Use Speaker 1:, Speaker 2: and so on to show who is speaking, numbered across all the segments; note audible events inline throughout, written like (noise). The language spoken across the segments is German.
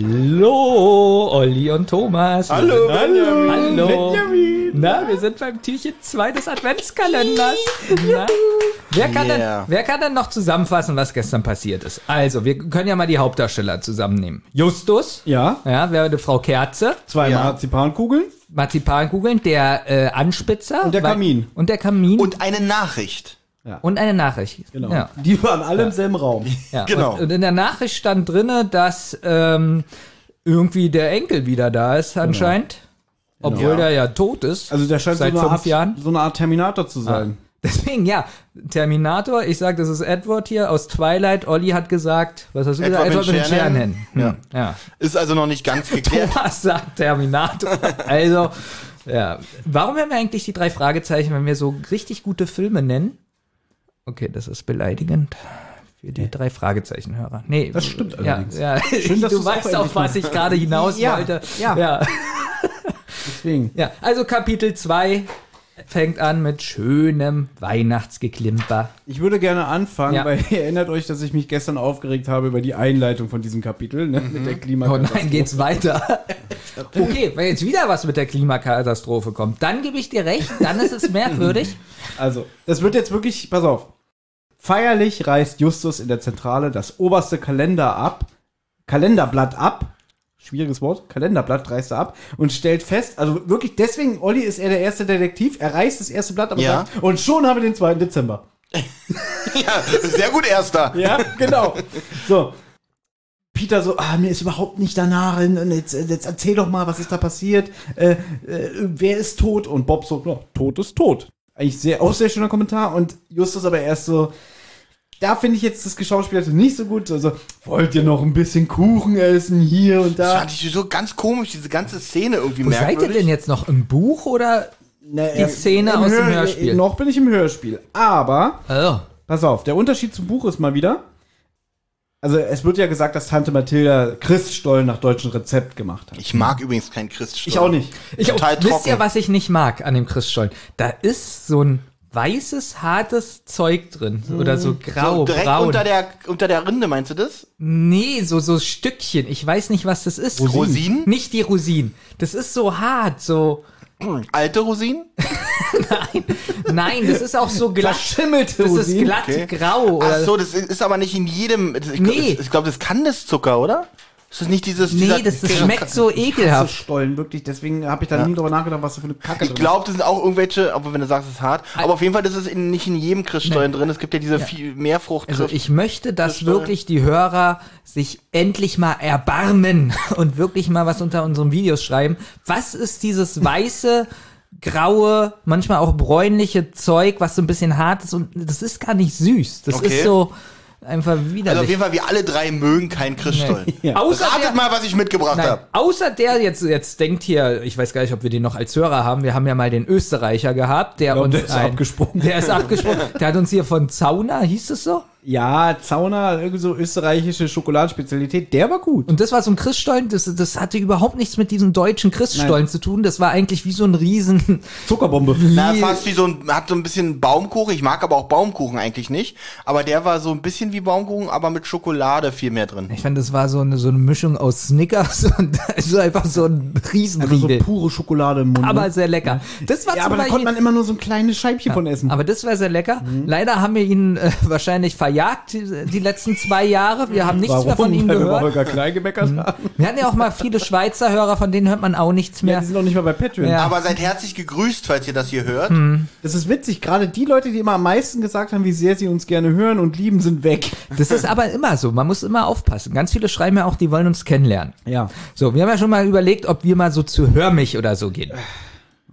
Speaker 1: Hallo, Olli und Thomas. Wir
Speaker 2: Hallo,
Speaker 1: sind-
Speaker 2: Benjamin.
Speaker 1: Hallo.
Speaker 2: Benjamin.
Speaker 1: Na, wir sind beim Türchen 2 des Adventskalenders. Na, wer, kann denn,
Speaker 2: Yeah.
Speaker 1: wer kann denn noch zusammenfassen, was gestern passiert ist? Also, wir können ja mal die Hauptdarsteller zusammennehmen. Justus.
Speaker 3: Ja,
Speaker 1: Ja, wer die Frau Kerze,
Speaker 3: zwei
Speaker 2: Ja.
Speaker 3: Marzipankugeln.
Speaker 1: Marzipankugeln, der äh, Anspitzer
Speaker 3: Und der
Speaker 1: weil-
Speaker 3: Kamin.
Speaker 1: und der Kamin
Speaker 2: Und eine Nachricht.
Speaker 1: und eine Nachricht.
Speaker 3: Genau.
Speaker 1: Ja.
Speaker 3: Die waren alle im selben Raum.
Speaker 1: Ja,
Speaker 2: Genau.
Speaker 1: Und, und in der Nachricht stand drinne, dass ähm, irgendwie der Enkel wieder da ist anscheinend, obwohl
Speaker 2: Genau. Ja.
Speaker 1: der ja tot ist.
Speaker 3: Also der
Speaker 1: (laughs)
Speaker 3: scheint
Speaker 1: seit
Speaker 3: so, eine
Speaker 1: fünf
Speaker 3: Art,
Speaker 1: Jahren. Ah.
Speaker 3: so eine Art Terminator zu sein.
Speaker 1: Deswegen ja, Terminator. Ich sag, das ist Edward hier aus Twilight. Olli hat gesagt, was hast du gesagt?
Speaker 2: Edward
Speaker 1: Sternen.
Speaker 2: mit Sternen.
Speaker 1: Hm. Ja.
Speaker 2: Ist also noch nicht ganz geklärt.
Speaker 1: (laughs) Thomas sagt Terminator. Also ja, warum haben wir eigentlich die drei Fragezeichen, wenn wir so richtig gute Filme nennen? Okay, das ist beleidigend. Für die drei Fragezeichen-Hörer. Nee,
Speaker 3: Das stimmt allerdings.
Speaker 1: Ja, ja.
Speaker 3: Schön, dass
Speaker 1: du
Speaker 3: du's auch
Speaker 1: weißt auf
Speaker 3: endlich
Speaker 1: was ich gerade hinaus
Speaker 3: Ja,
Speaker 1: wollte.
Speaker 3: ja.
Speaker 1: ja.
Speaker 3: Deswegen.
Speaker 1: Ja, also Kapitel 2 fängt an mit schönem Weihnachtsgeklimper.
Speaker 3: Ich würde gerne anfangen,
Speaker 1: Ja.
Speaker 3: weil (laughs) ihr erinnert euch, dass ich mich gestern aufgeregt habe über die Einleitung von diesem Kapitel, ne? Mit der
Speaker 1: Oh
Speaker 3: Klimakatastrophe.
Speaker 1: nein, geht's
Speaker 3: (laughs)
Speaker 1: weiter. Okay, wenn jetzt wieder was mit der Klimakatastrophe kommt, dann gebe ich dir recht, dann ist es merkwürdig.
Speaker 3: Also, das wird jetzt wirklich, pass auf. Feierlich reißt Justus in der Zentrale das oberste Kalender ab, Kalenderblatt ab. Schwieriges Wort, Kalenderblatt reißt er ab und stellt fest, also wirklich deswegen, Olli ist er der erste Detektiv, er reißt das erste Blatt ab und
Speaker 2: Ja.
Speaker 3: sagt, und schon haben wir den 2. Dezember.
Speaker 2: Ja, sehr gut, Erster.
Speaker 3: Ja, genau. So. Peter so, ah, mir ist überhaupt nicht danach und jetzt, äh, jetzt erzähl doch mal, was ist da passiert? Äh, äh, wer ist tot? Und Bob so, ja, tot ist tot. Eigentlich sehr, auch sehr schöner Kommentar und Justus aber erst so, da finde ich jetzt das Geschauspieler nicht so gut. Also, wollt ihr noch ein bisschen Kuchen essen hier und
Speaker 2: Das
Speaker 3: da?
Speaker 2: fand ich so ganz komisch, diese ganze Szene irgendwie
Speaker 1: Wo seid
Speaker 2: merkwürdig.
Speaker 1: ihr denn jetzt noch im Buch oder?
Speaker 3: Na,
Speaker 1: die Szene aus dem Hörspiel.
Speaker 3: Noch bin ich im Hörspiel. Aber
Speaker 1: Oh,
Speaker 3: Pass auf, der Unterschied zum Buch ist mal wieder. Also es wird ja gesagt, dass Tante Mathilda Christstollen nach deutschem Rezept gemacht hat.
Speaker 2: Ich mag übrigens keinen Christstollen.
Speaker 3: Ich auch nicht.
Speaker 1: ich,
Speaker 2: Total
Speaker 1: wisst
Speaker 2: trocken.
Speaker 1: ihr, was ich nicht mag an dem Christstollen? Da ist so ein weißes, hartes Zeug drin. Oder so grau,
Speaker 2: Hm. So, direkt
Speaker 1: braun.
Speaker 2: unter der, unter der Rinde, meinst du das?
Speaker 1: Nee, so, so Stückchen. Ich weiß nicht, was das ist.
Speaker 2: Rosinen?
Speaker 1: Nicht die Rosinen. Das ist so hart, so.
Speaker 2: Alte Rosinen?
Speaker 1: Nein, das ist auch so glatt.
Speaker 3: Verschimmelte
Speaker 1: Das ist
Speaker 3: Rosinen.
Speaker 1: glatt grau. Oder
Speaker 2: Ach so, das ist ist aber nicht in jedem. Ich, glaub-
Speaker 1: Nee.
Speaker 2: ich, ich glaube, das kann das Zucker, oder? Ist das nicht dieses. dieser-
Speaker 1: nee, das, das schmeckt so
Speaker 3: Hasse
Speaker 1: ekelhaft.
Speaker 3: Stollen, wirklich. Deswegen habe ich da nie drüber nachgedacht, was da für eine Kacke
Speaker 2: Ich glaube, das sind auch irgendwelche, obwohl wenn du sagst, es ist hart. Aber auf jeden Fall, das ist in, nicht in jedem Christstollen drin. Es gibt ja diese viel mehr Frucht.
Speaker 1: Also ich möchte, dass
Speaker 2: Christstollen.
Speaker 1: wirklich die Hörer sich endlich mal erbarmen (laughs) und wirklich mal was unter unseren Videos schreiben. Was ist
Speaker 3: (laughs)
Speaker 1: dieses weiße, graue, manchmal auch bräunliche Zeug, was so ein bisschen hart ist und das ist gar nicht süß. Das
Speaker 2: Okay.
Speaker 1: ist so einfach widerlich.
Speaker 2: also auf jeden Fall, wir alle drei mögen keinen Christstollen.
Speaker 1: (laughs)
Speaker 3: Ja.
Speaker 1: Außer der-
Speaker 2: Ratet mal, was ich mitgebracht
Speaker 1: Nein,
Speaker 2: habe.
Speaker 1: außer der jetzt, jetzt denkt hier, ich weiß gar nicht, ob wir den noch als Hörer haben. Wir haben ja mal den Österreicher gehabt, der
Speaker 3: glaub,
Speaker 1: uns
Speaker 3: der ist
Speaker 1: ein,
Speaker 3: abgesprungen.
Speaker 1: Der ist abgesprungen. Der hat uns hier von Zauna, hieß es so?
Speaker 3: Ja, Zauner, irgendwie so österreichische Schokoladenspezialität, der war gut.
Speaker 1: Und das war so ein Christstollen, das, das hatte überhaupt nichts mit diesem deutschen Christstollen
Speaker 3: Nein.
Speaker 1: zu tun. Das war eigentlich wie so ein Riesen. (laughs)
Speaker 3: Zuckerbombe.
Speaker 2: Na, fast wie so ein, hat so ein bisschen Baumkuchen. Ich mag aber auch Baumkuchen eigentlich nicht. Aber der war so ein bisschen wie Baumkuchen, aber mit Schokolade viel mehr drin.
Speaker 1: Ich fand, das war so eine, so eine Mischung aus Snickers (laughs) und so einfach so ein
Speaker 3: (laughs) Also so
Speaker 1: Riesenriegel.
Speaker 3: pure Schokolade im Mund. ne?
Speaker 1: aber sehr lecker. Das war
Speaker 3: ja,
Speaker 1: zum
Speaker 3: aber da
Speaker 1: Beispiel-
Speaker 3: konnte man immer nur so ein kleines Scheibchen von essen. Mhm.
Speaker 1: Aber das war sehr lecker. Leider haben wir ihn äh, wahrscheinlich verjagt die, die letzten zwei Jahre. Wir haben nichts mehr von ihm
Speaker 3: Weil wir über
Speaker 1: gehört.
Speaker 3: Holger Klein gemeckert haben.
Speaker 1: Wir hatten ja auch mal viele Schweizer Hörer, von denen hört man auch nichts
Speaker 3: Ja,
Speaker 1: mehr.
Speaker 3: die sind noch nicht mal bei Patreon.
Speaker 1: Ja.
Speaker 2: Aber seid herzlich gegrüßt, falls ihr das hier hört.
Speaker 3: Das ist witzig. Gerade die Leute, die immer am meisten gesagt haben, wie sehr sie uns gerne hören und lieben, sind weg.
Speaker 1: Das ist aber immer so. Man muss immer aufpassen. Ganz viele schreiben ja auch, die wollen uns kennenlernen.
Speaker 3: Ja.
Speaker 1: So, wir haben ja schon mal überlegt, ob wir mal so zu Hör mich oder so gehen.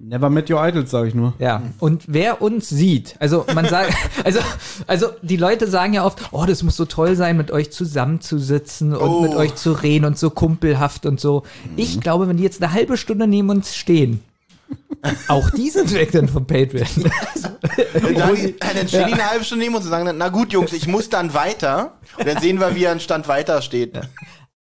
Speaker 3: Never met your idols, sage ich nur.
Speaker 1: Ja.
Speaker 2: Hm.
Speaker 1: Und wer uns sieht, also man
Speaker 2: (laughs)
Speaker 1: sagt, also, also die Leute sagen ja oft, oh, das muss so toll sein, mit euch zusammenzusitzen und
Speaker 2: Oh. Mhm.
Speaker 1: mit euch zu reden und so kumpelhaft und so. Ich glaube, wenn die jetzt eine halbe Stunde neben uns
Speaker 2: (laughs)
Speaker 1: stehen, auch die sind weg dann vom Patreon.
Speaker 2: (laughs) Dann, sagen die- dann stehen die eine halbe Stunde neben uns und sagen, dann, na gut, Jungs, ich muss dann weiter. Und dann sehen wir, wie er ein Stand weiter steht.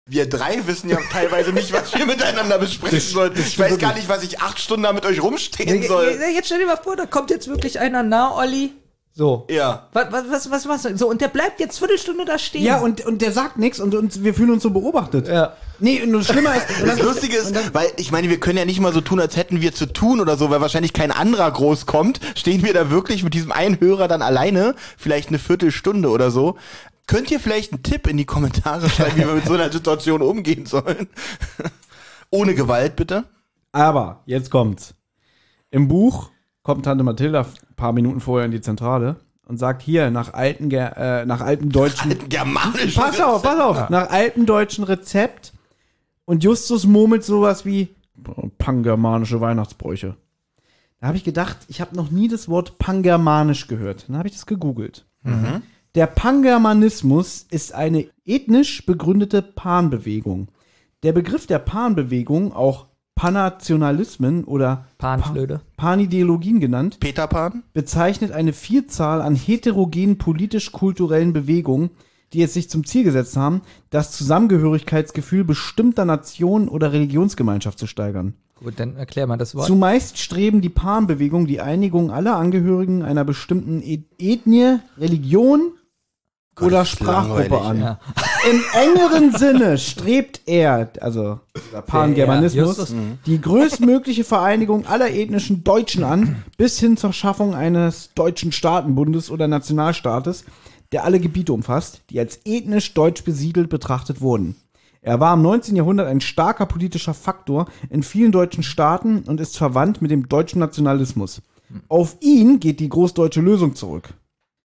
Speaker 2: Wir drei wissen ja teilweise nicht, was wir miteinander besprechen sollen. Ich weiß gar nicht, was ich acht Stunden da mit euch rumstehen soll.
Speaker 1: Jetzt stell dir mal vor, da kommt jetzt wirklich einer nah, Olli. So.
Speaker 2: Ja.
Speaker 1: Was, was, was, was machst du? So, und der bleibt jetzt Viertelstunde da stehen.
Speaker 3: Ja, und, und der sagt nichts und, und wir fühlen uns so beobachtet.
Speaker 1: Ja.
Speaker 3: Nee, und das Schlimmer ist,
Speaker 2: Das Lustige ist, weil ich meine, wir können ja nicht mal so tun, als hätten wir zu tun oder so, weil wahrscheinlich kein anderer groß kommt. Stehen wir da wirklich mit diesem einen Hörer dann alleine, vielleicht eine Viertelstunde oder so. Könnt ihr vielleicht einen Tipp in die Kommentare schreiben, wie wir mit so einer Situation umgehen sollen? (laughs) Ohne Gewalt, bitte.
Speaker 3: (laughs) aber jetzt kommt's. Im Buch kommt Tante Mathilda ein paar Minuten vorher in die Zentrale und sagt hier nach alten, Ger- äh, nach alten deutschen
Speaker 2: Germanisch.
Speaker 3: Pass auf, pass auf. Nach altem deutschen Rezept. Und Justus murmelt sowas wie pangermanische Weihnachtsbräuche. Da habe ich gedacht, ich habe noch nie das Wort pangermanisch gehört. Dann habe ich das gegoogelt. Der Pangermanismus ist eine ethnisch begründete Panbewegung. Der Begriff der Panbewegung, auch Panationalismen oder
Speaker 1: Panflöte.
Speaker 3: Panideologien genannt,
Speaker 2: Peter Pan?
Speaker 3: bezeichnet eine Vielzahl an heterogenen politisch-kulturellen Bewegungen, die es sich zum Ziel gesetzt haben, das Zusammengehörigkeitsgefühl bestimmter Nationen oder Religionsgemeinschaft zu steigern.
Speaker 1: Gut, dann erklär mal das Wort.
Speaker 3: Zumeist streben die Paarbewegung die Einigung aller Angehörigen einer bestimmten E- Ethnie, Religion
Speaker 2: Gott,
Speaker 3: oder
Speaker 2: ist langweilig,
Speaker 3: Sprachgruppe an.
Speaker 2: ey.
Speaker 1: Ja.
Speaker 3: Im engeren Sinne strebt er, also dieser
Speaker 1: Ja,
Speaker 3: Pangermanismus,
Speaker 1: Justus.
Speaker 3: die größtmögliche Vereinigung aller ethnischen Deutschen an, bis hin zur Schaffung eines deutschen Staatenbundes oder Nationalstaates, der alle Gebiete umfasst, die als ethnisch deutsch besiedelt betrachtet wurden. Er war im 19. Jahrhundert ein starker politischer Faktor in vielen deutschen Staaten und ist verwandt mit dem deutschen Nationalismus. Auf ihn geht die großdeutsche Lösung zurück.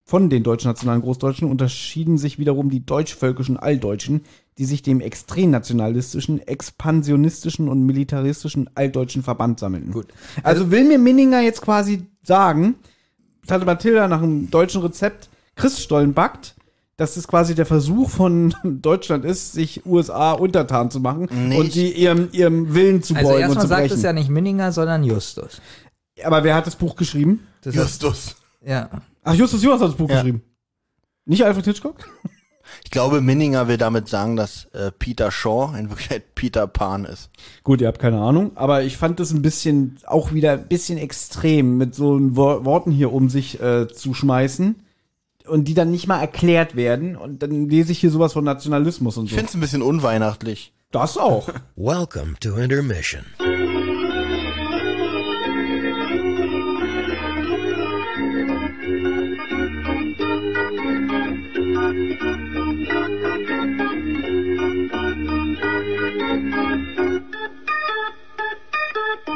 Speaker 3: Von den deutschnationalen Großdeutschen unterschieden sich wiederum die deutschvölkischen Alldeutschen, die sich dem extrem nationalistischen, expansionistischen und militaristischen Alldeutschen Verband sammelten.
Speaker 1: Gut.
Speaker 3: Also will mir Minninger jetzt quasi sagen, Tante Mathilda nach einem deutschen Rezept Christstollen backt, dass es quasi der Versuch von (laughs) Deutschland ist, sich USA untertan zu machen
Speaker 2: Nee,
Speaker 3: und die ihrem, ihrem Willen zu
Speaker 1: Also
Speaker 3: beugen und
Speaker 1: erstmal
Speaker 3: zu
Speaker 1: sagt es
Speaker 3: brechen.
Speaker 1: ja nicht Minninger, sondern Justus.
Speaker 3: Aber wer hat das Buch geschrieben?
Speaker 1: Das ist,
Speaker 2: Justus.
Speaker 1: ja.
Speaker 3: Ach, Justus Jonas hat das Buch
Speaker 2: Ja.
Speaker 3: geschrieben. Nicht Alfred Hitchcock?
Speaker 2: Ich glaube, Minninger will damit sagen, dass äh, Peter Shaw in Wirklichkeit Peter Pan ist.
Speaker 3: Gut, ihr habt keine Ahnung, aber ich fand das ein bisschen, auch wieder ein bisschen extrem, mit so Wor- Worten hier um sich äh, zu schmeißen und die dann nicht mal erklärt werden und dann lese ich hier sowas von Nationalismus und
Speaker 2: Ich
Speaker 3: so.
Speaker 2: finde es ein bisschen unweihnachtlich.
Speaker 3: Das auch.
Speaker 4: (laughs) Welcome to intermission.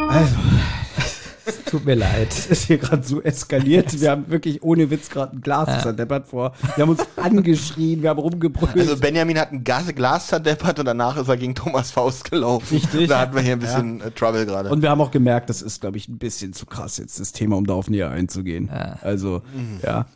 Speaker 3: Also,
Speaker 1: (laughs) Tut mir leid.
Speaker 3: es ist hier gerade so eskaliert. Wir haben wirklich ohne Witz gerade ein Glas
Speaker 1: Ah.
Speaker 3: ja. zerdeppert vor. Wir haben uns angeschrien, wir haben rumgebrüllt.
Speaker 2: Also Benjamin hat ein Gas Glas zerdeppert und danach ist er gegen Thomas Faust gelaufen.
Speaker 3: Richtig.
Speaker 2: Da hatten wir hier ein bisschen äh, Trouble gerade.
Speaker 3: Und wir haben auch gemerkt, das ist, glaube ich, ein bisschen zu krass jetzt das Thema, um darauf näher einzugehen. Also, ja.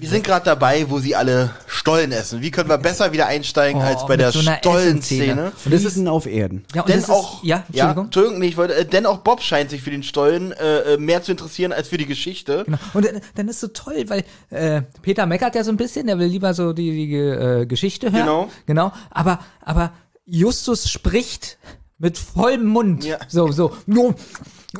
Speaker 2: Wir sind gerade dabei, wo sie alle Stollen essen. Wie können wir besser wieder einsteigen als bei
Speaker 1: Oh, mit
Speaker 2: der
Speaker 1: so einer
Speaker 2: Stollenszene?
Speaker 1: Essenszene. Und das ist,
Speaker 3: Fliegen auf Erden.
Speaker 1: ja, und
Speaker 2: Denn
Speaker 1: das
Speaker 2: auch,
Speaker 1: ist, ja, Entschuldigung.
Speaker 2: Entschuldigung, nee, ich wollte, äh, denn auch Bob scheint sich für den Stollen äh, äh, mehr zu interessieren als für die Geschichte.
Speaker 1: Genau. Und dann, dann ist so toll, weil äh, Peter meckert ja so ein bisschen, der will lieber so die, die äh, Geschichte hören.
Speaker 2: Genau.
Speaker 1: Genau. Aber, aber Justus spricht mit vollem Mund.
Speaker 2: Ja.
Speaker 1: So, so. Nur,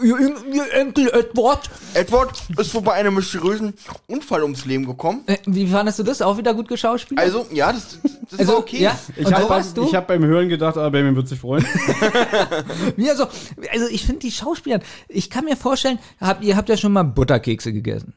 Speaker 1: ihr, ihr Enkel Edward.
Speaker 2: Edward ist wohl bei einem mysteriösen Unfall ums Leben gekommen.
Speaker 1: Äh, wie fandest du das? Auch wieder gut geschauspielt?
Speaker 2: Also, ja, das, das ist okay.
Speaker 1: Also, Ja,
Speaker 3: Ich
Speaker 1: und so
Speaker 3: habe
Speaker 1: warst du?
Speaker 3: hab beim Hören gedacht, ah, Benjamin wird sich freuen.
Speaker 1: Mir so, also ich finde die Schauspieler, ich kann mir vorstellen, habt, ihr habt ja schon mal Butterkekse gegessen.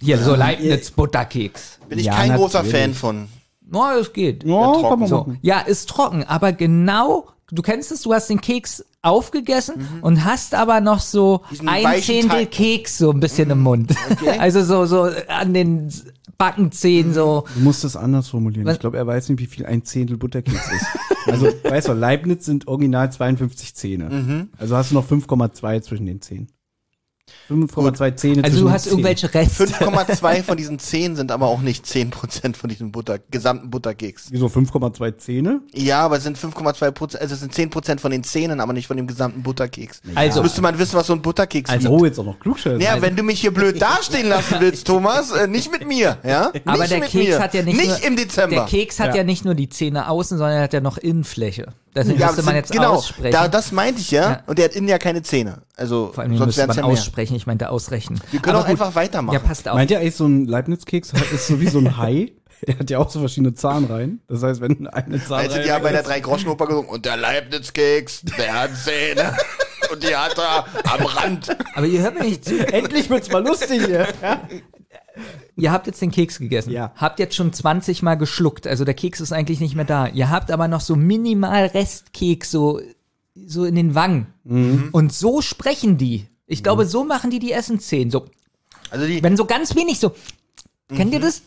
Speaker 1: Hier, so Leibniz Butterkeks.
Speaker 2: Bin ich
Speaker 3: Ja,
Speaker 2: kein großer
Speaker 3: natürlich.
Speaker 2: Fan von.
Speaker 1: Na, es geht.
Speaker 3: Ja,
Speaker 2: trocken.
Speaker 3: kann man
Speaker 1: So.
Speaker 3: machen.
Speaker 1: Ja, ist trocken, aber genau, du kennst es, du hast den Keks aufgegessen und hast aber noch so
Speaker 2: Mhm. Diesen
Speaker 1: ein
Speaker 2: weichen
Speaker 1: Zehntel
Speaker 2: Teig. Mhm.
Speaker 1: Keks so ein bisschen im Mund. (laughs) Also so, so an den Backenzähnen so.
Speaker 2: Mhm.
Speaker 3: Du musst das anders formulieren.
Speaker 1: Was?
Speaker 3: Ich glaube, er weiß nicht, wie viel ein Zehntel Butterkeks ist. Also, weißt du, Leibniz sind original 52 Zähne. Also hast du noch 5,2 zwischen den Zähnen. 5,2 Zähne
Speaker 1: Also
Speaker 3: zwischen
Speaker 1: du
Speaker 3: den
Speaker 1: hast
Speaker 3: Zähnen.
Speaker 1: irgendwelche Reste.
Speaker 2: 5,2 von diesen 10 sind aber auch nicht 10% von diesem Butter, gesamten Butterkeks.
Speaker 3: Wieso 5,2 Zähne?
Speaker 2: Ja, aber es sind 5,2 Prozent, also es sind 10 Prozent von den Zähnen, aber nicht von dem gesamten Butterkeks.
Speaker 1: Also.
Speaker 2: müsste man wissen, was so ein Butterkeks
Speaker 3: Also,
Speaker 2: wiegt.
Speaker 3: oh, jetzt auch noch klugscheiße.
Speaker 2: Ja, wenn du mich hier blöd dastehen lassen
Speaker 1: (laughs)
Speaker 2: willst, Thomas, äh, nicht mit mir, ja?
Speaker 1: Aber
Speaker 2: nicht
Speaker 1: der
Speaker 2: mit
Speaker 1: Keks
Speaker 2: mir.
Speaker 1: hat ja nicht,
Speaker 2: Nicht
Speaker 1: nur,
Speaker 2: im Dezember.
Speaker 1: Der Keks hat ja.
Speaker 3: Ja.
Speaker 1: nicht nur die Zähne außen, sondern er hat ja noch Innenfläche. Deswegen
Speaker 2: Ja,
Speaker 1: müsste
Speaker 2: das
Speaker 1: man
Speaker 2: sind-
Speaker 1: jetzt
Speaker 2: genau,
Speaker 1: aussprechen.
Speaker 2: da, das meinte ich ja.
Speaker 1: Ja.
Speaker 2: Und der hat innen ja keine Zähne. Also,
Speaker 1: Vor allem
Speaker 2: sonst
Speaker 1: müsste
Speaker 2: wären es
Speaker 1: man
Speaker 2: ja mehr.
Speaker 1: aussprechen, ich meinte ausrechnen.
Speaker 2: Wir können
Speaker 1: Aber
Speaker 2: auch einfach weitermachen.
Speaker 1: Ja, passt auf.
Speaker 3: (laughs) Meint ihr eigentlich, so ein Leibniz-Keks ist so wie so ein Hai? Der hat ja auch so verschiedene Zahnreihen. Das heißt, wenn eine
Speaker 2: Als
Speaker 3: Zahnreihe.
Speaker 2: sie ja bei der
Speaker 3: ist-
Speaker 2: Drei-Groschen-Oper gesungen und der Leibniz-Keks, der hat
Speaker 3: (laughs)
Speaker 2: Zähne und die hat er am Rand.
Speaker 1: Aber ihr hört mir nicht zu.
Speaker 3: Endlich wird's mal lustig hier. Ja.
Speaker 1: Ihr habt jetzt den Keks gegessen.
Speaker 3: Ja.
Speaker 1: Habt jetzt schon 20 Mal geschluckt. Also der Keks ist eigentlich nicht mehr da. Ihr habt aber noch so minimal Restkeks so, so in den Wangen.
Speaker 3: Mhm.
Speaker 1: Und so sprechen die. Ich glaube, so machen die die Essenszenen. So,
Speaker 2: Also die,
Speaker 1: wenn so ganz wenig so. Kennt
Speaker 3: Mhm.
Speaker 1: ihr das?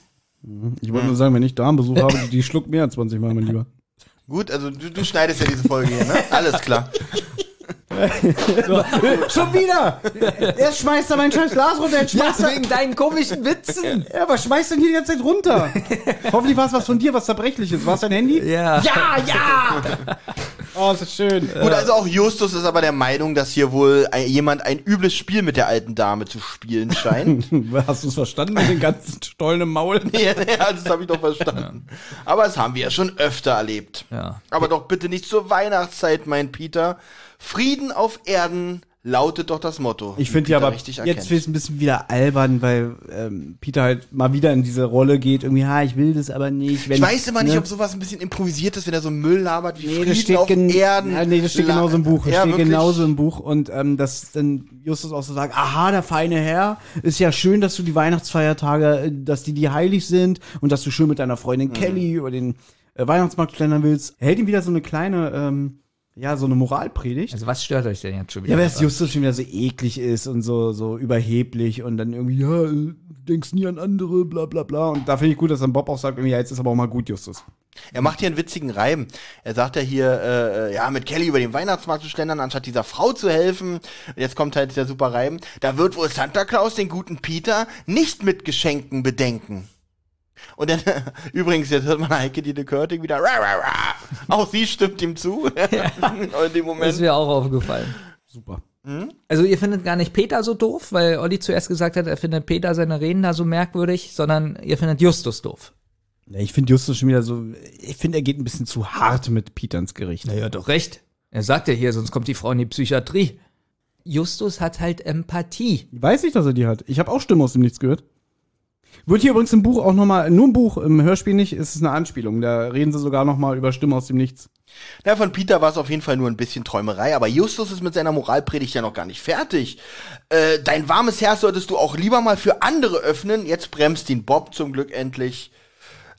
Speaker 3: Ich wollte nur sagen, wenn ich Darmbesuch habe, die, die schluckt mehr als 20 Mal, mein Lieber.
Speaker 2: gut, also du, du schneidest ja diese Folge hier, ne? Alles
Speaker 1: (laughs)
Speaker 2: klar.
Speaker 3: (laughs) Schon wieder! Erst schmeißt er mein scheiß Glas runter, jetzt schmeißt er.
Speaker 1: wegen deinen komischen Witzen.
Speaker 3: Ja, was schmeißt denn hier die ganze Zeit runter? Hoffentlich war es was von dir, was zerbrechliches. War es dein Handy?
Speaker 1: Ja.
Speaker 3: (laughs) Ja, ja! Oh, ist das schön.
Speaker 2: Gut, also auch Justus ist aber der Meinung, dass hier wohl ein, jemand ein übles Spiel mit der alten Dame zu
Speaker 1: (laughs)
Speaker 2: spielen scheint.
Speaker 3: Hast du es verstanden mit den ganzen Stollen im Maul?
Speaker 2: ja, ja, das habe ich doch verstanden. Aber das haben wir ja schon öfter erlebt.
Speaker 1: Ja.
Speaker 2: Aber doch bitte nicht zur Weihnachtszeit, mein Peter. Frieden auf Erden lautet doch das Motto.
Speaker 3: Ich
Speaker 2: wie
Speaker 3: finde ja
Speaker 2: Peter
Speaker 3: aber,
Speaker 2: richtig
Speaker 3: jetzt
Speaker 2: erkennt.
Speaker 3: wird es ein bisschen wieder albern, weil ähm, Peter halt mal wieder in diese Rolle geht. Irgendwie, ha, ich will das aber nicht. Wenn,
Speaker 2: Ich weiß immer nicht,
Speaker 3: ne?
Speaker 2: ob sowas ein bisschen improvisiert ist, wenn er so Müll labert wie
Speaker 3: Nee,
Speaker 2: Frieden
Speaker 3: das steht,
Speaker 2: auf
Speaker 3: gen
Speaker 2: Erden.
Speaker 3: Ja, nee, das steht
Speaker 2: La-
Speaker 3: genauso im Buch. Das
Speaker 2: Ja,
Speaker 3: steht
Speaker 2: wirklich?
Speaker 3: genauso im Buch. Und ähm, dass dann Justus auch so sagt, aha, der feine Herr, ist ja schön, dass du die Weihnachtsfeiertage, äh, dass die die heilig sind und dass du schön mit deiner Freundin
Speaker 2: Mhm.
Speaker 3: Kelly über den äh, Weihnachtsmarkt schlendern willst. Hält ihm wieder so eine kleine, ähm, ja, so eine Moralpredigt.
Speaker 1: Also was stört euch denn jetzt schon wieder?
Speaker 3: Ja, weil es Justus schon wieder so eklig ist und so, so überheblich und dann irgendwie, ja, äh, du denkst nie an andere, bla bla bla. Und da finde ich gut, dass dann Bob auch sagt, irgendwie, ja, jetzt ist aber auch mal gut, Justus.
Speaker 2: Er macht hier einen witzigen Reim. Er sagt ja hier, äh, äh, ja, mit Kelly über den Weihnachtsmarkt zu schlendern, anstatt dieser Frau zu helfen. Und jetzt kommt halt der super Reim. Da wird wohl Santa Claus den guten Peter nicht mit Geschenken bedenken. Und dann, (laughs) übrigens, jetzt hört man Heike die de Körting wieder. Ra, ra, ra. Auch sie stimmt
Speaker 3: (laughs)
Speaker 2: ihm zu. (laughs) Und im
Speaker 1: Das ist
Speaker 2: Moment.
Speaker 1: mir auch aufgefallen.
Speaker 3: Super.
Speaker 1: Also ihr findet gar nicht Peter so doof, weil Olli zuerst gesagt hat, er findet Peter seine Reden da so merkwürdig, sondern ihr findet Justus doof.
Speaker 3: Ja, ich finde Justus schon wieder so, ich finde, er geht ein bisschen zu hart mit Peter ins Gericht.
Speaker 1: Naja, doch recht. Er sagt ja hier, sonst kommt die Frau in die Psychiatrie. Justus hat halt Empathie.
Speaker 3: Weiß ich, dass er die hat. Ich habe auch Stimmen aus dem Nichts gehört. Wird hier übrigens im Buch auch nochmal, nur im Buch, im Hörspiel nicht, ist es eine Anspielung. Da reden sie sogar nochmal über Stimmen aus dem Nichts.
Speaker 2: Ja, von Peter war es auf jeden Fall nur ein bisschen Träumerei, aber Justus ist mit seiner Moralpredigt ja noch gar nicht fertig. Äh, dein warmes Herz solltest du auch lieber mal für andere öffnen. Jetzt bremst ihn Bob zum Glück endlich.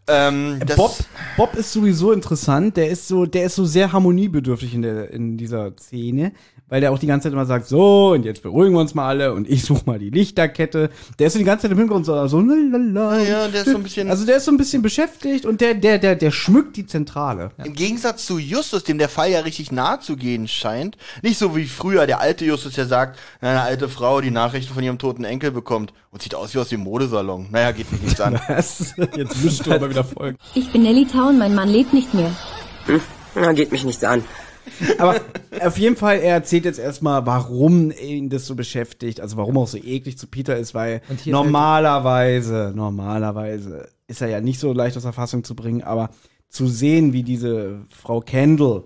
Speaker 2: Ähm, das-
Speaker 3: Bob, Bob ist sowieso interessant. Der ist so, der ist so sehr harmoniebedürftig in, der, in dieser Szene, weil der auch die ganze Zeit immer sagt, so und jetzt beruhigen wir uns mal alle und ich suche mal die Lichterkette. Der ist so die ganze Zeit im Hintergrund so, so lalala.
Speaker 2: Ja, der ist so ein bisschen-
Speaker 3: Also der ist so ein bisschen beschäftigt und der, der, der, der schmückt die Zentrale.
Speaker 2: Im Gegensatz zu Justus, dem der Fall ja richtig nahe zu gehen scheint, nicht so wie früher der alte Justus, der sagt, na, eine alte Frau, die Nachrichten von ihrem toten Enkel bekommt und sieht aus wie aus dem Modesalon. Naja, geht mich nichts an.
Speaker 3: (laughs) Das, jetzt müsst du aber wieder folgen.
Speaker 5: Ich bin Nelly Town, mein Mann lebt nicht mehr.
Speaker 6: Na, geht mich nichts an.
Speaker 3: Aber auf jeden Fall, er erzählt jetzt erstmal, warum ihn das so beschäftigt, also warum er auch so eklig zu Peter ist, weil
Speaker 1: Und hier
Speaker 3: normalerweise, normalerweise ist er ja nicht so leicht aus der Fassung zu bringen, aber zu sehen, wie diese Frau Kendall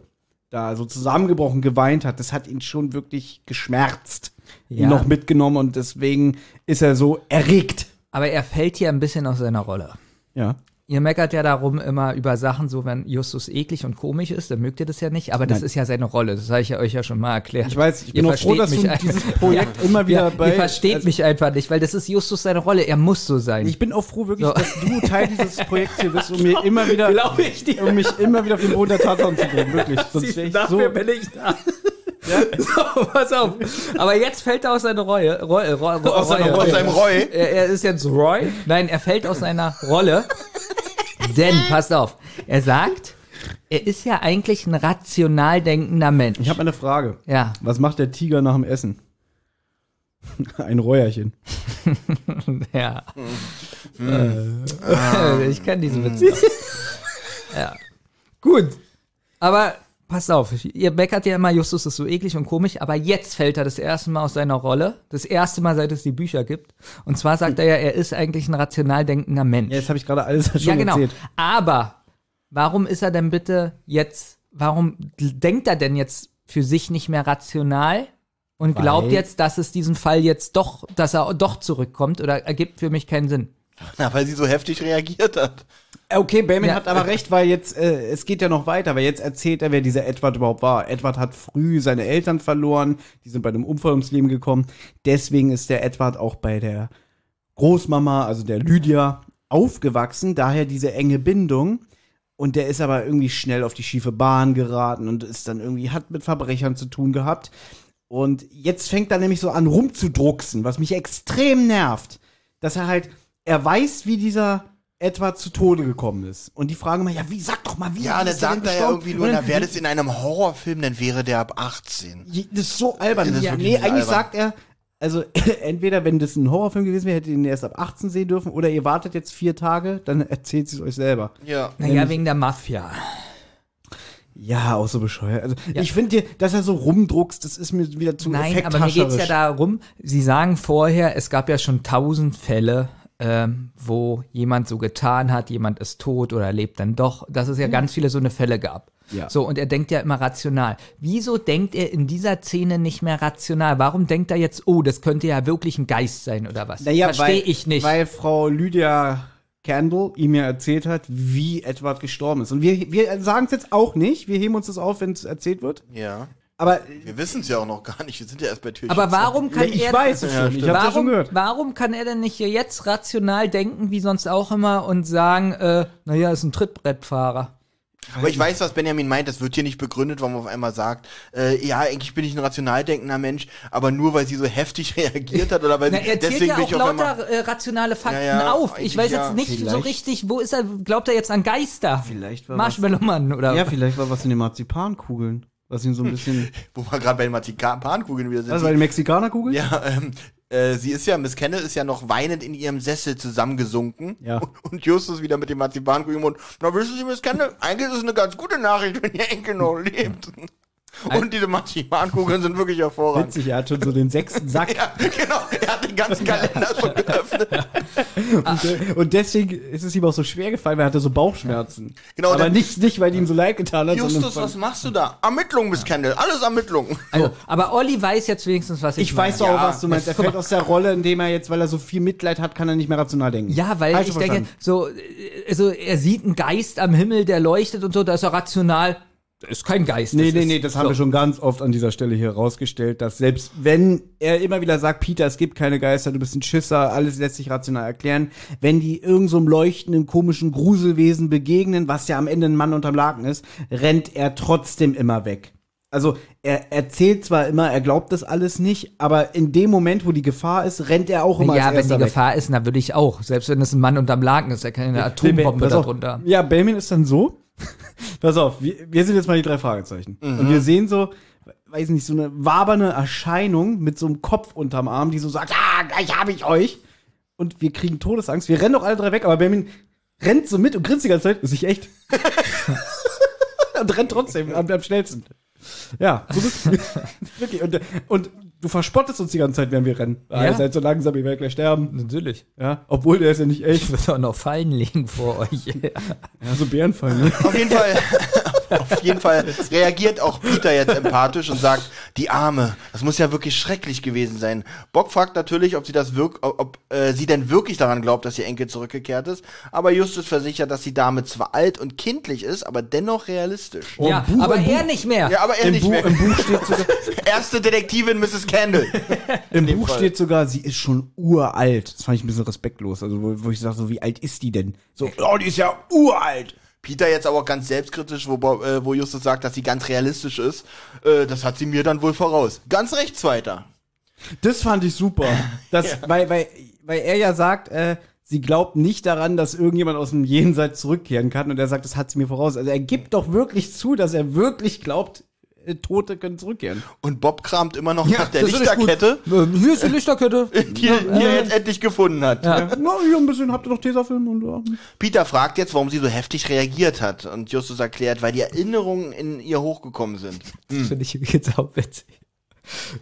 Speaker 3: da so zusammengebrochen geweint hat, das hat ihn schon wirklich geschmerzt,
Speaker 1: Ja.
Speaker 3: ihn noch mitgenommen und deswegen ist er so erregt.
Speaker 1: Aber er fällt hier ein bisschen aus seiner Rolle.
Speaker 3: Ja.
Speaker 1: Ihr meckert ja darum immer über Sachen, so wenn Justus eklig und komisch ist, dann mögt ihr das ja nicht, aber das
Speaker 3: Nein.
Speaker 1: ist ja seine Rolle, das habe ich ja euch ja schon mal erklärt.
Speaker 3: Ich weiß, ich
Speaker 1: Ihr
Speaker 3: bin auch froh,
Speaker 1: versteht
Speaker 3: dass
Speaker 1: mich
Speaker 3: du
Speaker 1: ein-
Speaker 3: dieses Projekt immer wieder
Speaker 1: (laughs) ja,
Speaker 3: bei.
Speaker 1: Ihr versteht
Speaker 3: also-
Speaker 1: mich einfach nicht, weil das ist Justus seine Rolle, er muss so sein.
Speaker 3: Ich bin auch froh wirklich,
Speaker 1: So.
Speaker 3: dass du Teil dieses Projekts
Speaker 1: (laughs)
Speaker 3: hier bist, um mir immer wieder,
Speaker 1: Glaub ich dir.
Speaker 3: (laughs) um mich immer wieder auf den Boden der Tatsachen zu bringen, (laughs) wirklich. Sonst wäre ich so.
Speaker 1: Dafür bin ich da. (laughs) So, pass auf. Aber jetzt fällt er aus seiner Reue. Reue, Reue, Reue.
Speaker 3: Aus seiner
Speaker 2: Aus seinem Roy.
Speaker 1: Er, er ist jetzt Roy. Nein, er fällt aus seiner Rolle. Denn, passt auf, er sagt, er ist ja eigentlich ein rational denkender Mensch.
Speaker 3: Ich habe eine Frage.
Speaker 1: ja,
Speaker 3: Was macht der Tiger nach dem Essen? (laughs) Ein Räuerchen.
Speaker 1: ja. Äh, (laughs) ich kann diesen Witz. nicht. ja. Gut. Aber passt auf, ihr meckert ja immer, Justus ist so eklig und komisch, aber jetzt fällt er das erste Mal aus seiner Rolle. Das erste Mal, seit es die Bücher gibt. Und zwar sagt er ja, er ist eigentlich ein rational denkender Mensch.
Speaker 3: Ja, jetzt habe ich gerade alles schon
Speaker 1: ja, genau.
Speaker 3: erzählt.
Speaker 1: Aber warum ist er denn bitte jetzt, warum denkt er denn jetzt für sich nicht mehr rational und glaubt
Speaker 3: Weil-
Speaker 1: jetzt, dass es diesen Fall jetzt doch, dass er doch zurückkommt oder ergibt für mich keinen Sinn?
Speaker 2: Na, weil sie so heftig reagiert hat.
Speaker 3: Okay, Bayman
Speaker 1: Ja.
Speaker 3: hat aber recht, weil jetzt, äh, es geht ja noch weiter, weil jetzt erzählt er, wer dieser Edward überhaupt war. Edward hat früh seine Eltern verloren, die sind bei einem Unfall ums Leben gekommen. Deswegen ist der Edward auch bei der Großmama, also der Lydia, aufgewachsen, daher diese enge Bindung. Und der ist aber irgendwie schnell auf die schiefe Bahn geraten und ist dann irgendwie, hat mit Verbrechern zu tun gehabt. Und jetzt fängt er nämlich so an rumzudrucksen, was mich extrem nervt. Dass er halt, er weiß, wie dieser Edward zu Tode gekommen ist. Und die fragen immer, ja, wie, sag doch mal, wie
Speaker 2: Ja,
Speaker 3: wie
Speaker 2: das
Speaker 3: ist der denn
Speaker 2: sagt er ja
Speaker 3: gestorben?
Speaker 2: irgendwie nur,
Speaker 3: Und
Speaker 2: na,
Speaker 3: dann- (laughs)
Speaker 2: wäre das in einem Horrorfilm, dann wäre der ab 18.
Speaker 3: Je- Das ist so albern.
Speaker 2: Ja, das ist
Speaker 3: ja,
Speaker 2: wirklich
Speaker 3: nee,
Speaker 2: albern.
Speaker 3: eigentlich sagt er, also (laughs) entweder wenn das ein Horrorfilm gewesen wäre, hättet ihr ihn erst ab 18 sehen dürfen, oder ihr wartet jetzt vier Tage, dann erzählt sie es euch selber.
Speaker 2: Ja.
Speaker 1: Naja, wegen der Mafia.
Speaker 3: Ja, auch so bescheuert. Also ich finde dir, dass er so rumdruckst, das ist mir wieder zu
Speaker 1: Nein, aber mir geht's ja
Speaker 3: effekthascherisch.
Speaker 1: darum, Sie sagen vorher, es gab ja schon tausend Fälle, ähm, wo jemand so getan hat, jemand ist tot oder lebt dann doch, dass es ja ganz viele so eine Fälle gab.
Speaker 3: Ja.
Speaker 1: So, und er denkt ja immer rational. Wieso denkt er in dieser Szene nicht mehr rational? Warum denkt er jetzt, oh, das könnte ja wirklich ein Geist sein oder was?
Speaker 3: Naja,
Speaker 1: Verstehe
Speaker 3: weil-
Speaker 1: ich nicht.
Speaker 3: Weil Frau Lydia Candle ihm ja erzählt hat, wie Edward gestorben ist. Und wir, wir sagen es jetzt auch nicht. Wir heben uns das auf, wenn es erzählt wird.
Speaker 2: Ja.
Speaker 3: Aber
Speaker 2: Wir wissen es ja auch noch gar nicht. Wir sind ja erst bei Türchen.
Speaker 1: aber warum kann
Speaker 3: ich
Speaker 1: er
Speaker 3: weiß es schon. Ich habe es ja schon
Speaker 1: warum,
Speaker 3: gehört.
Speaker 1: warum kann er denn nicht hier jetzt rational denken, wie sonst auch immer, und sagen, äh, naja, ist ein Trittbrettfahrer?
Speaker 2: Aber ich weiß, was Benjamin meint. Das wird hier nicht begründet, warum man auf einmal sagt, äh, ja, eigentlich bin ich ein rational denkender Mensch, aber nur weil sie so (laughs) heftig reagiert hat oder weil
Speaker 1: Na,
Speaker 2: sie,
Speaker 1: er zählt
Speaker 2: deswegen
Speaker 1: ja
Speaker 2: bin
Speaker 1: auch
Speaker 2: ich auf einmal.
Speaker 1: lauter äh, rationale Fakten
Speaker 2: Ja, ja,
Speaker 1: auf.
Speaker 2: eigentlich
Speaker 1: Ich weiß
Speaker 2: ja.
Speaker 1: jetzt nicht so
Speaker 3: Vielleicht-
Speaker 1: richtig, wo ist er, glaubt er jetzt an Geister?
Speaker 3: Vielleicht war
Speaker 1: Marshmallow Mann oder
Speaker 3: ja, vielleicht war was in den Marzipankugeln. Was ihn so (laughs) ein bisschen.
Speaker 2: Wo wir gerade bei den Marzipankugeln wieder sind.
Speaker 3: Was
Speaker 2: Sie-
Speaker 3: war die Mexikanerkugel?
Speaker 2: Ja, ähm, äh, sie ist ja, Miss Kennel ist ja noch weinend in ihrem Sessel zusammengesunken.
Speaker 3: Ja.
Speaker 2: Und, und Justus wieder mit dem Marzipankuchen im Mund. Na, wissen Sie, Miss Kennel, eigentlich ist es eine ganz gute Nachricht, wenn Ihr Enkel noch lebt. Und diese Marzipankugeln sind wirklich hervorragend.
Speaker 3: Witzig, er hat schon so den (laughs) sechsten Sack.
Speaker 2: Ja, (laughs) genau. Er hat den ganzen Kalender schon geöffnet.
Speaker 3: Und, äh, und deswegen ist es ihm auch so schwer gefallen, weil er hatte so Bauchschmerzen.
Speaker 2: Genau,
Speaker 3: Aber
Speaker 2: dann-
Speaker 3: nicht, nicht, weil ihm so leid getan hat,
Speaker 2: Justus,
Speaker 3: sondern.
Speaker 2: was machst du da? Ermittlungen, Miss Kennel. Alles Ermittlungen.
Speaker 1: Also, aber Olli weiß jetzt wenigstens, was ich,
Speaker 3: ich weiß
Speaker 1: meine.
Speaker 3: auch, was du meinst. Er fällt aus der Rolle, indem er jetzt, weil er so viel Mitleid hat, kann er nicht mehr rational denken.
Speaker 1: Ja, weil
Speaker 3: Hab
Speaker 1: ich
Speaker 3: schon
Speaker 1: denke,
Speaker 3: verstanden.
Speaker 1: so, äh, also er sieht einen Geist am Himmel, der leuchtet und so, da ist er rational. Das Ist kein Geist.
Speaker 3: Nee,
Speaker 1: das
Speaker 3: nee,
Speaker 1: ist,
Speaker 3: nee, das
Speaker 1: so.
Speaker 3: haben wir schon ganz oft an dieser Stelle hier rausgestellt, dass selbst wenn er immer wieder sagt, Peter, es gibt keine Geister, du bist ein Schisser, alles lässt sich rational erklären, wenn die irgendeinem so einem leuchtenden, komischen Gruselwesen begegnen, was ja am Ende ein Mann unterm Laken ist, rennt er trotzdem immer weg. Also er erzählt zwar immer, er glaubt das alles nicht, aber in dem Moment, wo die Gefahr ist, rennt er auch immer
Speaker 1: Ja,
Speaker 3: als
Speaker 1: wenn
Speaker 3: erster
Speaker 1: die
Speaker 3: weg.
Speaker 1: Gefahr ist, dann würde ich auch. Selbst wenn es ein Mann unterm Laken ist, er kann eine Atombombe
Speaker 3: Pass auf.
Speaker 1: darunter.
Speaker 3: Ja, Belmin ist dann so. (laughs) Pass auf, wir, wir sind jetzt mal die drei Fragezeichen. Und wir sehen so, weiß nicht, so eine waberne Erscheinung mit so einem Kopf unterm Arm, die so sagt, ah, gleich hab ich euch. Und wir kriegen Todesangst. Wir rennen doch alle drei weg, aber Belmin rennt so mit und grinst die ganze Zeit. Ist nicht (laughs) echt. und rennt trotzdem am, am schnellsten. Ja, so bist (laughs) Wirklich. Und, und du verspottest uns die ganze Zeit, während wir rennen. Ah,
Speaker 1: Ja.
Speaker 3: Ihr seid so langsam, ihr werdet gleich sterben.
Speaker 1: Natürlich.
Speaker 3: Ja, obwohl der ist ja nicht
Speaker 1: Ich
Speaker 3: echt.
Speaker 1: würde auch noch Fallen legen vor
Speaker 3: (laughs)
Speaker 1: euch.
Speaker 3: Ja, so Bärenfallen, ne?
Speaker 2: Auf jeden Fall, (laughs) auf jeden Fall reagiert auch Peter jetzt empathisch und sagt, die Arme, das muss ja wirklich schrecklich gewesen sein. Bock fragt natürlich, ob sie das wirk ob, ob äh, sie denn wirklich daran glaubt, dass ihr Enkel zurückgekehrt ist. Aber Justus versichert, dass die Dame zwar alt und kindlich ist, aber dennoch realistisch.
Speaker 1: ja,
Speaker 3: Buch,
Speaker 1: aber
Speaker 3: im
Speaker 1: er
Speaker 3: Buch.
Speaker 1: nicht mehr.
Speaker 2: Ja, aber er
Speaker 3: Im,
Speaker 2: nicht
Speaker 3: Buch,
Speaker 2: mehr. (laughs)
Speaker 3: Im Buch, steht sogar, (laughs)
Speaker 2: Erste Detektivin Mrs. Candle.
Speaker 3: im Buch
Speaker 2: Fall.
Speaker 3: steht sogar, sie ist schon uralt. Das fand ich ein bisschen respektlos. Also, wo, wo ich sage, so, wie alt ist die denn? So, oh, die ist ja uralt.
Speaker 2: Peter jetzt aber auch ganz selbstkritisch, wo, Bob- äh, wo Justus sagt, dass sie ganz realistisch ist. Äh, das hat sie mir dann wohl voraus. Ganz recht, Zweiter.
Speaker 3: Das fand ich super. Das, weil, weil, weil er ja sagt, äh, sie glaubt nicht daran, dass irgendjemand aus dem Jenseits zurückkehren kann. Und er sagt, das hat sie mir voraus. Also, er gibt doch wirklich zu, dass er wirklich glaubt, äh, Tote können zurückkehren.
Speaker 2: Und Bob kramt immer noch nach der
Speaker 1: das ist gut.
Speaker 2: Lichterkette.
Speaker 1: Ähm, Hier ist die Lichterkette.
Speaker 2: (laughs) die, die er jetzt endlich gefunden hat.
Speaker 3: Ja. Na, hier ein bisschen, habt ihr noch Tesafilm und so.
Speaker 2: Peter fragt jetzt, warum sie so heftig reagiert hat. Und Justus erklärt, weil die Erinnerungen in ihr hochgekommen sind.
Speaker 1: Finde ich übrigens auch witzig.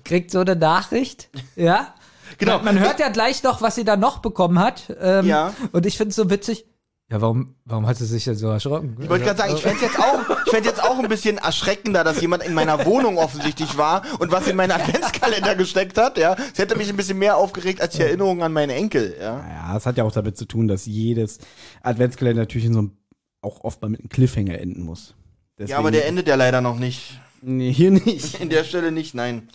Speaker 1: Kriegt so eine Nachricht, ja?
Speaker 2: Genau.
Speaker 1: Genau. Man, man hört ja gleich noch, was sie da noch bekommen hat. Ähm,
Speaker 2: Ja.
Speaker 1: Und ich finde es so witzig. Ja, warum, warum hat sie sich denn so erschrocken?
Speaker 2: Ich wollte gerade sagen, ich fände jetzt auch, ich fänd's jetzt auch ein bisschen erschreckender, dass jemand in meiner Wohnung offensichtlich war und was in meinen Adventskalender gesteckt hat, ja. Es hätte mich ein bisschen mehr aufgeregt als die Erinnerung an meinen Enkel, ja.
Speaker 3: Ja, es hat ja auch damit zu tun, dass jedes Adventskalender natürlich in so einem, auch oft mal mit einem Cliffhanger enden muss.
Speaker 2: Ja, aber der
Speaker 3: endet.
Speaker 2: endet ja leider noch nicht.
Speaker 3: Nee, hier nicht.
Speaker 2: In der Stelle nicht, nein.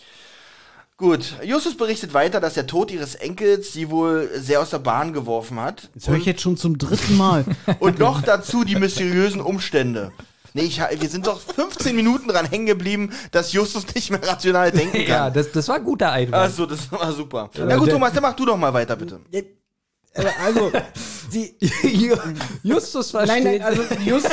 Speaker 2: Gut, Justus berichtet weiter, dass der Tod ihres Enkels sie wohl sehr aus der Bahn geworfen hat.
Speaker 3: Das höre ich jetzt schon zum dritten
Speaker 2: (laughs)
Speaker 3: Mal.
Speaker 2: Und noch dazu die mysteriösen Umstände. Nee, ich, wir sind doch 15 Minuten dran hängen geblieben, dass Justus nicht mehr rational denken
Speaker 1: ja,
Speaker 2: kann.
Speaker 1: das, das war ein guter Einwand.
Speaker 2: Also, das war super. Na gut,
Speaker 3: der-
Speaker 2: Thomas, dann mach du doch mal weiter, bitte.
Speaker 3: also, (laughs) sie.
Speaker 1: Justus versteht.
Speaker 3: Nein, nein, also just,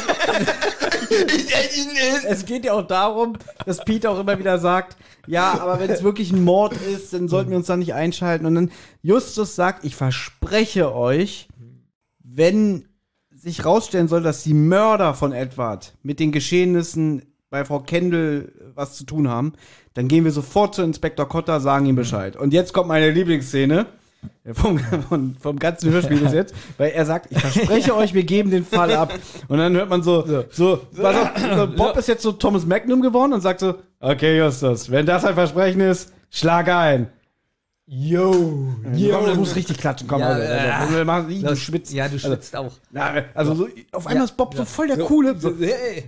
Speaker 2: Äh,
Speaker 3: es geht ja auch darum, dass Pete auch immer wieder sagt, ja, aber wenn es wirklich ein Mord ist, dann sollten wir uns da nicht einschalten. Und dann Justus sagt, ich verspreche euch, wenn sich rausstellen soll, dass die Mörder von Edward mit den Geschehnissen bei Frau Kendall äh, was zu tun haben, dann gehen wir sofort zu Inspektor Cotter, sagen ihm Bescheid. Und jetzt kommt meine Lieblingsszene Äh, vom, von, vom ganzen Hörspiel bis jetzt, weil er sagt, ich verspreche euch, wir geben den Fall ab. Und dann hört man so, so, pass auf, (laughs) so Bob ist jetzt so Thomas Magnum geworden und sagt so, okay Justus, wenn das ein Versprechen ist, schlag ein. Yo, yo. äh, Komm, du musst richtig klatschen, komm,
Speaker 1: Ja,
Speaker 3: also,
Speaker 1: äh,
Speaker 3: also, wir machen- du
Speaker 1: Das-
Speaker 3: schwitzt.
Speaker 1: Ja, du
Speaker 3: Also,
Speaker 1: schwitzt auch.
Speaker 3: na, also so, auf einmal ist Bob so voll der Coole. So,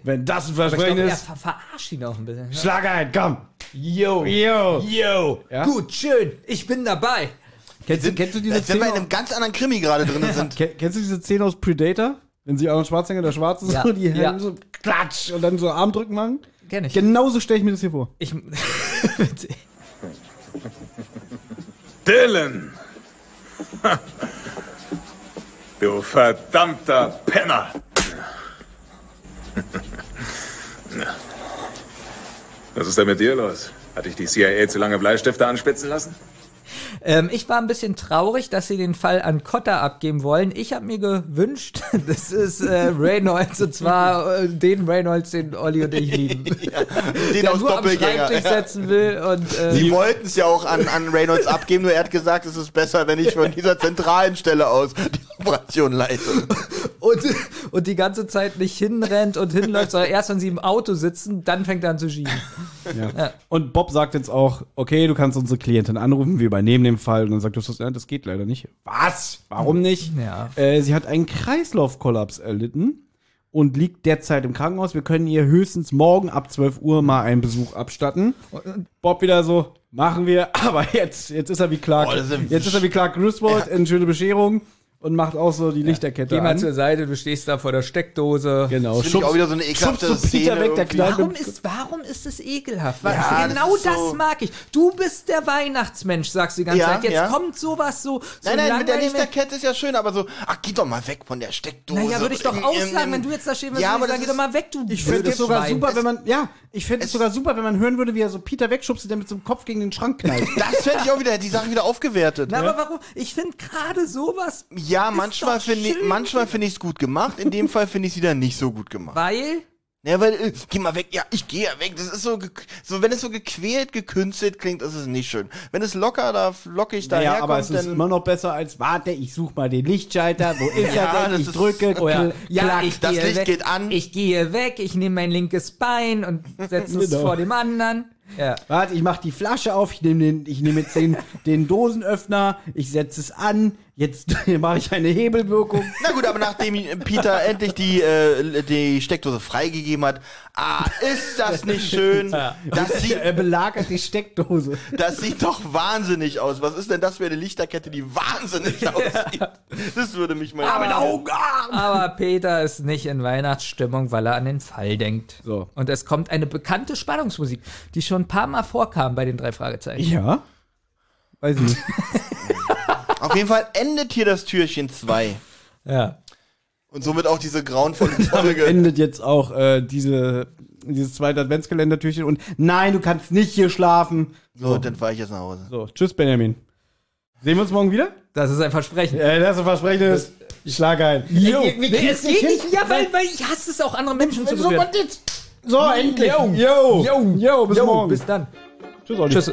Speaker 3: wenn das ein
Speaker 1: Ich
Speaker 3: Versprechen
Speaker 1: glaub, er
Speaker 3: ist,
Speaker 1: ver verarscht ihn auch ein bisschen.
Speaker 3: schlag ein, komm.
Speaker 1: Yo.
Speaker 3: Yo.
Speaker 1: Yo.
Speaker 3: Ja?
Speaker 1: Gut, schön. Ich bin dabei. Kennst, du, kennst du diese
Speaker 2: Als wenn wir in
Speaker 1: Szene?
Speaker 2: einem ganz anderen Krimi gerade drin sind.
Speaker 3: Ke- Kennst du diese Szene aus Predator? Wenn sie Arnold Schwarzenegger der Schwarze
Speaker 1: Ja.
Speaker 3: so, die Hände
Speaker 1: Ja.
Speaker 3: so klatsch und dann so Armdrücken machen.
Speaker 1: Kenn ich.
Speaker 3: Genauso stelle ich mir das hier vor.
Speaker 1: ich (laughs)
Speaker 7: Dylan! (laughs) Ha. Du verdammter Penner! Na. (laughs) Was ist denn mit dir los? Hat dich die CIA zu lange Bleistifte anspitzen lassen?
Speaker 1: ähm, ich war ein bisschen traurig, dass sie den Fall an Cotta abgeben wollen. Ich habe mir gewünscht, (laughs) das ist äh, Reynolds und zwar äh, den Reynolds, den Olli und ich
Speaker 2: (laughs)
Speaker 1: lieben.
Speaker 2: Den
Speaker 1: Der
Speaker 2: aus
Speaker 1: nur am
Speaker 2: Genau, Doppelgänger.
Speaker 1: Schreibtisch
Speaker 2: Ja.
Speaker 1: setzen will und äh,
Speaker 2: Die wollten es ja auch an, an Reynolds abgeben, nur er hat gesagt, es ist besser, wenn ich von dieser zentralen Stelle aus die Operation leite.
Speaker 1: und, und die ganze Zeit nicht hinrennt und hinläuft, sondern erst wenn sie im Auto sitzen, dann fängt er an zu schieben.
Speaker 3: Und Bob sagt jetzt auch, okay, du kannst unsere Klientin anrufen, wir übernehmen den Fall. Und dann sagt Justus, ja, das geht leider nicht. Was? Warum nicht?
Speaker 1: Ja.
Speaker 3: Äh, sie hat einen Kreislaufkollaps erlitten und liegt derzeit im Krankenhaus. Wir können ihr höchstens morgen ab 12 Uhr mal einen Besuch abstatten. Bob wieder so, machen wir. (laughs) Aber jetzt, jetzt ist er wie Clark,
Speaker 2: Oh, das ist-
Speaker 3: jetzt ist er wie Clark Griswold in Schöne Bescherung und macht auch so die Lichterkette
Speaker 1: Geh mal zur
Speaker 3: an.
Speaker 1: Seite, du stehst da vor der Steckdose.
Speaker 3: Genau,
Speaker 2: Das finde ich auch wieder so eine ekelhafte
Speaker 3: schubst du Peter
Speaker 2: Szene
Speaker 3: weg, der
Speaker 2: irgendwie.
Speaker 3: knallt
Speaker 1: Warum
Speaker 3: mit-
Speaker 1: ist, warum ist es ekelhaft?
Speaker 2: Ja,
Speaker 1: genau
Speaker 2: das
Speaker 1: das,
Speaker 2: ist so-
Speaker 1: mag ich. Du bist der Weihnachtsmensch, sagst du die ganze
Speaker 2: Ja,
Speaker 1: Zeit. Jetzt
Speaker 2: ja.
Speaker 1: kommt sowas so. so
Speaker 2: Nein, nein, mit der
Speaker 1: langweilig-
Speaker 2: Lichterkette ist ja schön, aber so, ach, geh doch mal weg von der Steckdose.
Speaker 1: Naja, würde ich doch
Speaker 2: Im-
Speaker 1: auch
Speaker 2: im-
Speaker 1: sagen,
Speaker 2: im-
Speaker 1: wenn du jetzt da stehen würdest,
Speaker 2: Ja,
Speaker 1: ja,
Speaker 2: aber
Speaker 1: würde ich sagen, geh
Speaker 2: das
Speaker 1: doch
Speaker 2: ist-
Speaker 1: mal weg, du
Speaker 3: Ich fände
Speaker 1: blödes
Speaker 3: es sogar
Speaker 1: Schwein.
Speaker 3: super, wenn man, ja, ich fände es
Speaker 2: es-
Speaker 3: sogar super, wenn man hören würde, wie er so Peter wegschubst und der mit so einem Kopf gegen den Schrank knallt.
Speaker 2: Das fände ich auch wieder, die Sache wieder aufgewertet. ne?
Speaker 1: Na, aber warum? Ich finde gerade sowas,
Speaker 2: ja,
Speaker 1: ist
Speaker 2: manchmal
Speaker 1: doch
Speaker 2: finde ich,
Speaker 1: schön.
Speaker 2: manchmal finde ich es gut gemacht, in dem Fall finde ich es wieder nicht so gut gemacht.
Speaker 1: weil.
Speaker 2: Ja, weil, äh, geh mal weg, ja, ich gehe ja weg. Das ist so, gek- so, wenn es so gequält, gekünstelt klingt, ist es nicht schön. Wenn es locker, da lockig daherkommt,
Speaker 3: ja, aber es ist
Speaker 2: dann...
Speaker 3: immer noch besser als, warte, ich suche mal den Lichtschalter, wo ist
Speaker 2: Ja,
Speaker 3: er denn?
Speaker 2: das
Speaker 3: Ich
Speaker 2: ist-
Speaker 3: drücke,
Speaker 1: Oh ja,
Speaker 3: kl-
Speaker 1: ja
Speaker 3: klack.
Speaker 1: ich
Speaker 2: das
Speaker 1: gehe
Speaker 2: Licht
Speaker 1: weg,
Speaker 2: geht an.
Speaker 1: Ich gehe weg, ich nehme mein linkes Bein und setze es
Speaker 3: Genau.
Speaker 1: vor dem anderen. Ja.
Speaker 3: Warte, ich mache die Flasche auf, ich nehme den, ich nehm jetzt den, den Dosenöffner, ich setze es an, jetzt (laughs) mache ich eine Hebelwirkung.
Speaker 2: Na gut, aber nachdem Peter endlich die, äh, die Steckdose freigegeben hat, ah, ist das nicht schön? Das sieht,
Speaker 3: Er belagert die Steckdose.
Speaker 2: das sieht doch wahnsinnig aus. Was ist denn das für eine Lichterkette, die wahnsinnig aussieht? Das würde mich mal...
Speaker 1: Aber Peter ist nicht in Weihnachtsstimmung, weil er an den Fall denkt.
Speaker 3: So.
Speaker 1: Und es kommt eine bekannte Spannungsmusik, die schon ein paar Mal vorkam bei den drei Fragezeichen.
Speaker 3: Ja? Weiß ich nicht.
Speaker 2: Auf jeden Fall endet hier das Türchen 2.
Speaker 1: Ja.
Speaker 2: Und somit auch diese grauenvolle Folge.
Speaker 3: endet jetzt auch äh, diese, dieses zweite Adventskalendertürchen und nein, du kannst nicht hier schlafen.
Speaker 2: So, dann fahre ich jetzt nach Hause.
Speaker 3: So, tschüss Benjamin. Sehen wir uns morgen wieder?
Speaker 1: Das ist ein Versprechen.
Speaker 3: Äh, das ist ein Versprechen ist, ich schlage ein.
Speaker 1: Jo,
Speaker 3: Ey, wir- wir
Speaker 1: nee,
Speaker 3: kriegen
Speaker 1: es geht
Speaker 3: hin.
Speaker 1: nicht, ja, weil, weil ich hasse es auch, andere Menschen zu
Speaker 3: So,
Speaker 1: berühren.
Speaker 3: was jetzt? So, endlich.
Speaker 1: Jo.
Speaker 3: yo,
Speaker 1: Jo.
Speaker 3: yo, bis
Speaker 1: Jo,
Speaker 3: morgen.
Speaker 1: Bis dann.
Speaker 3: tschüss, Olli.
Speaker 1: Tschüss.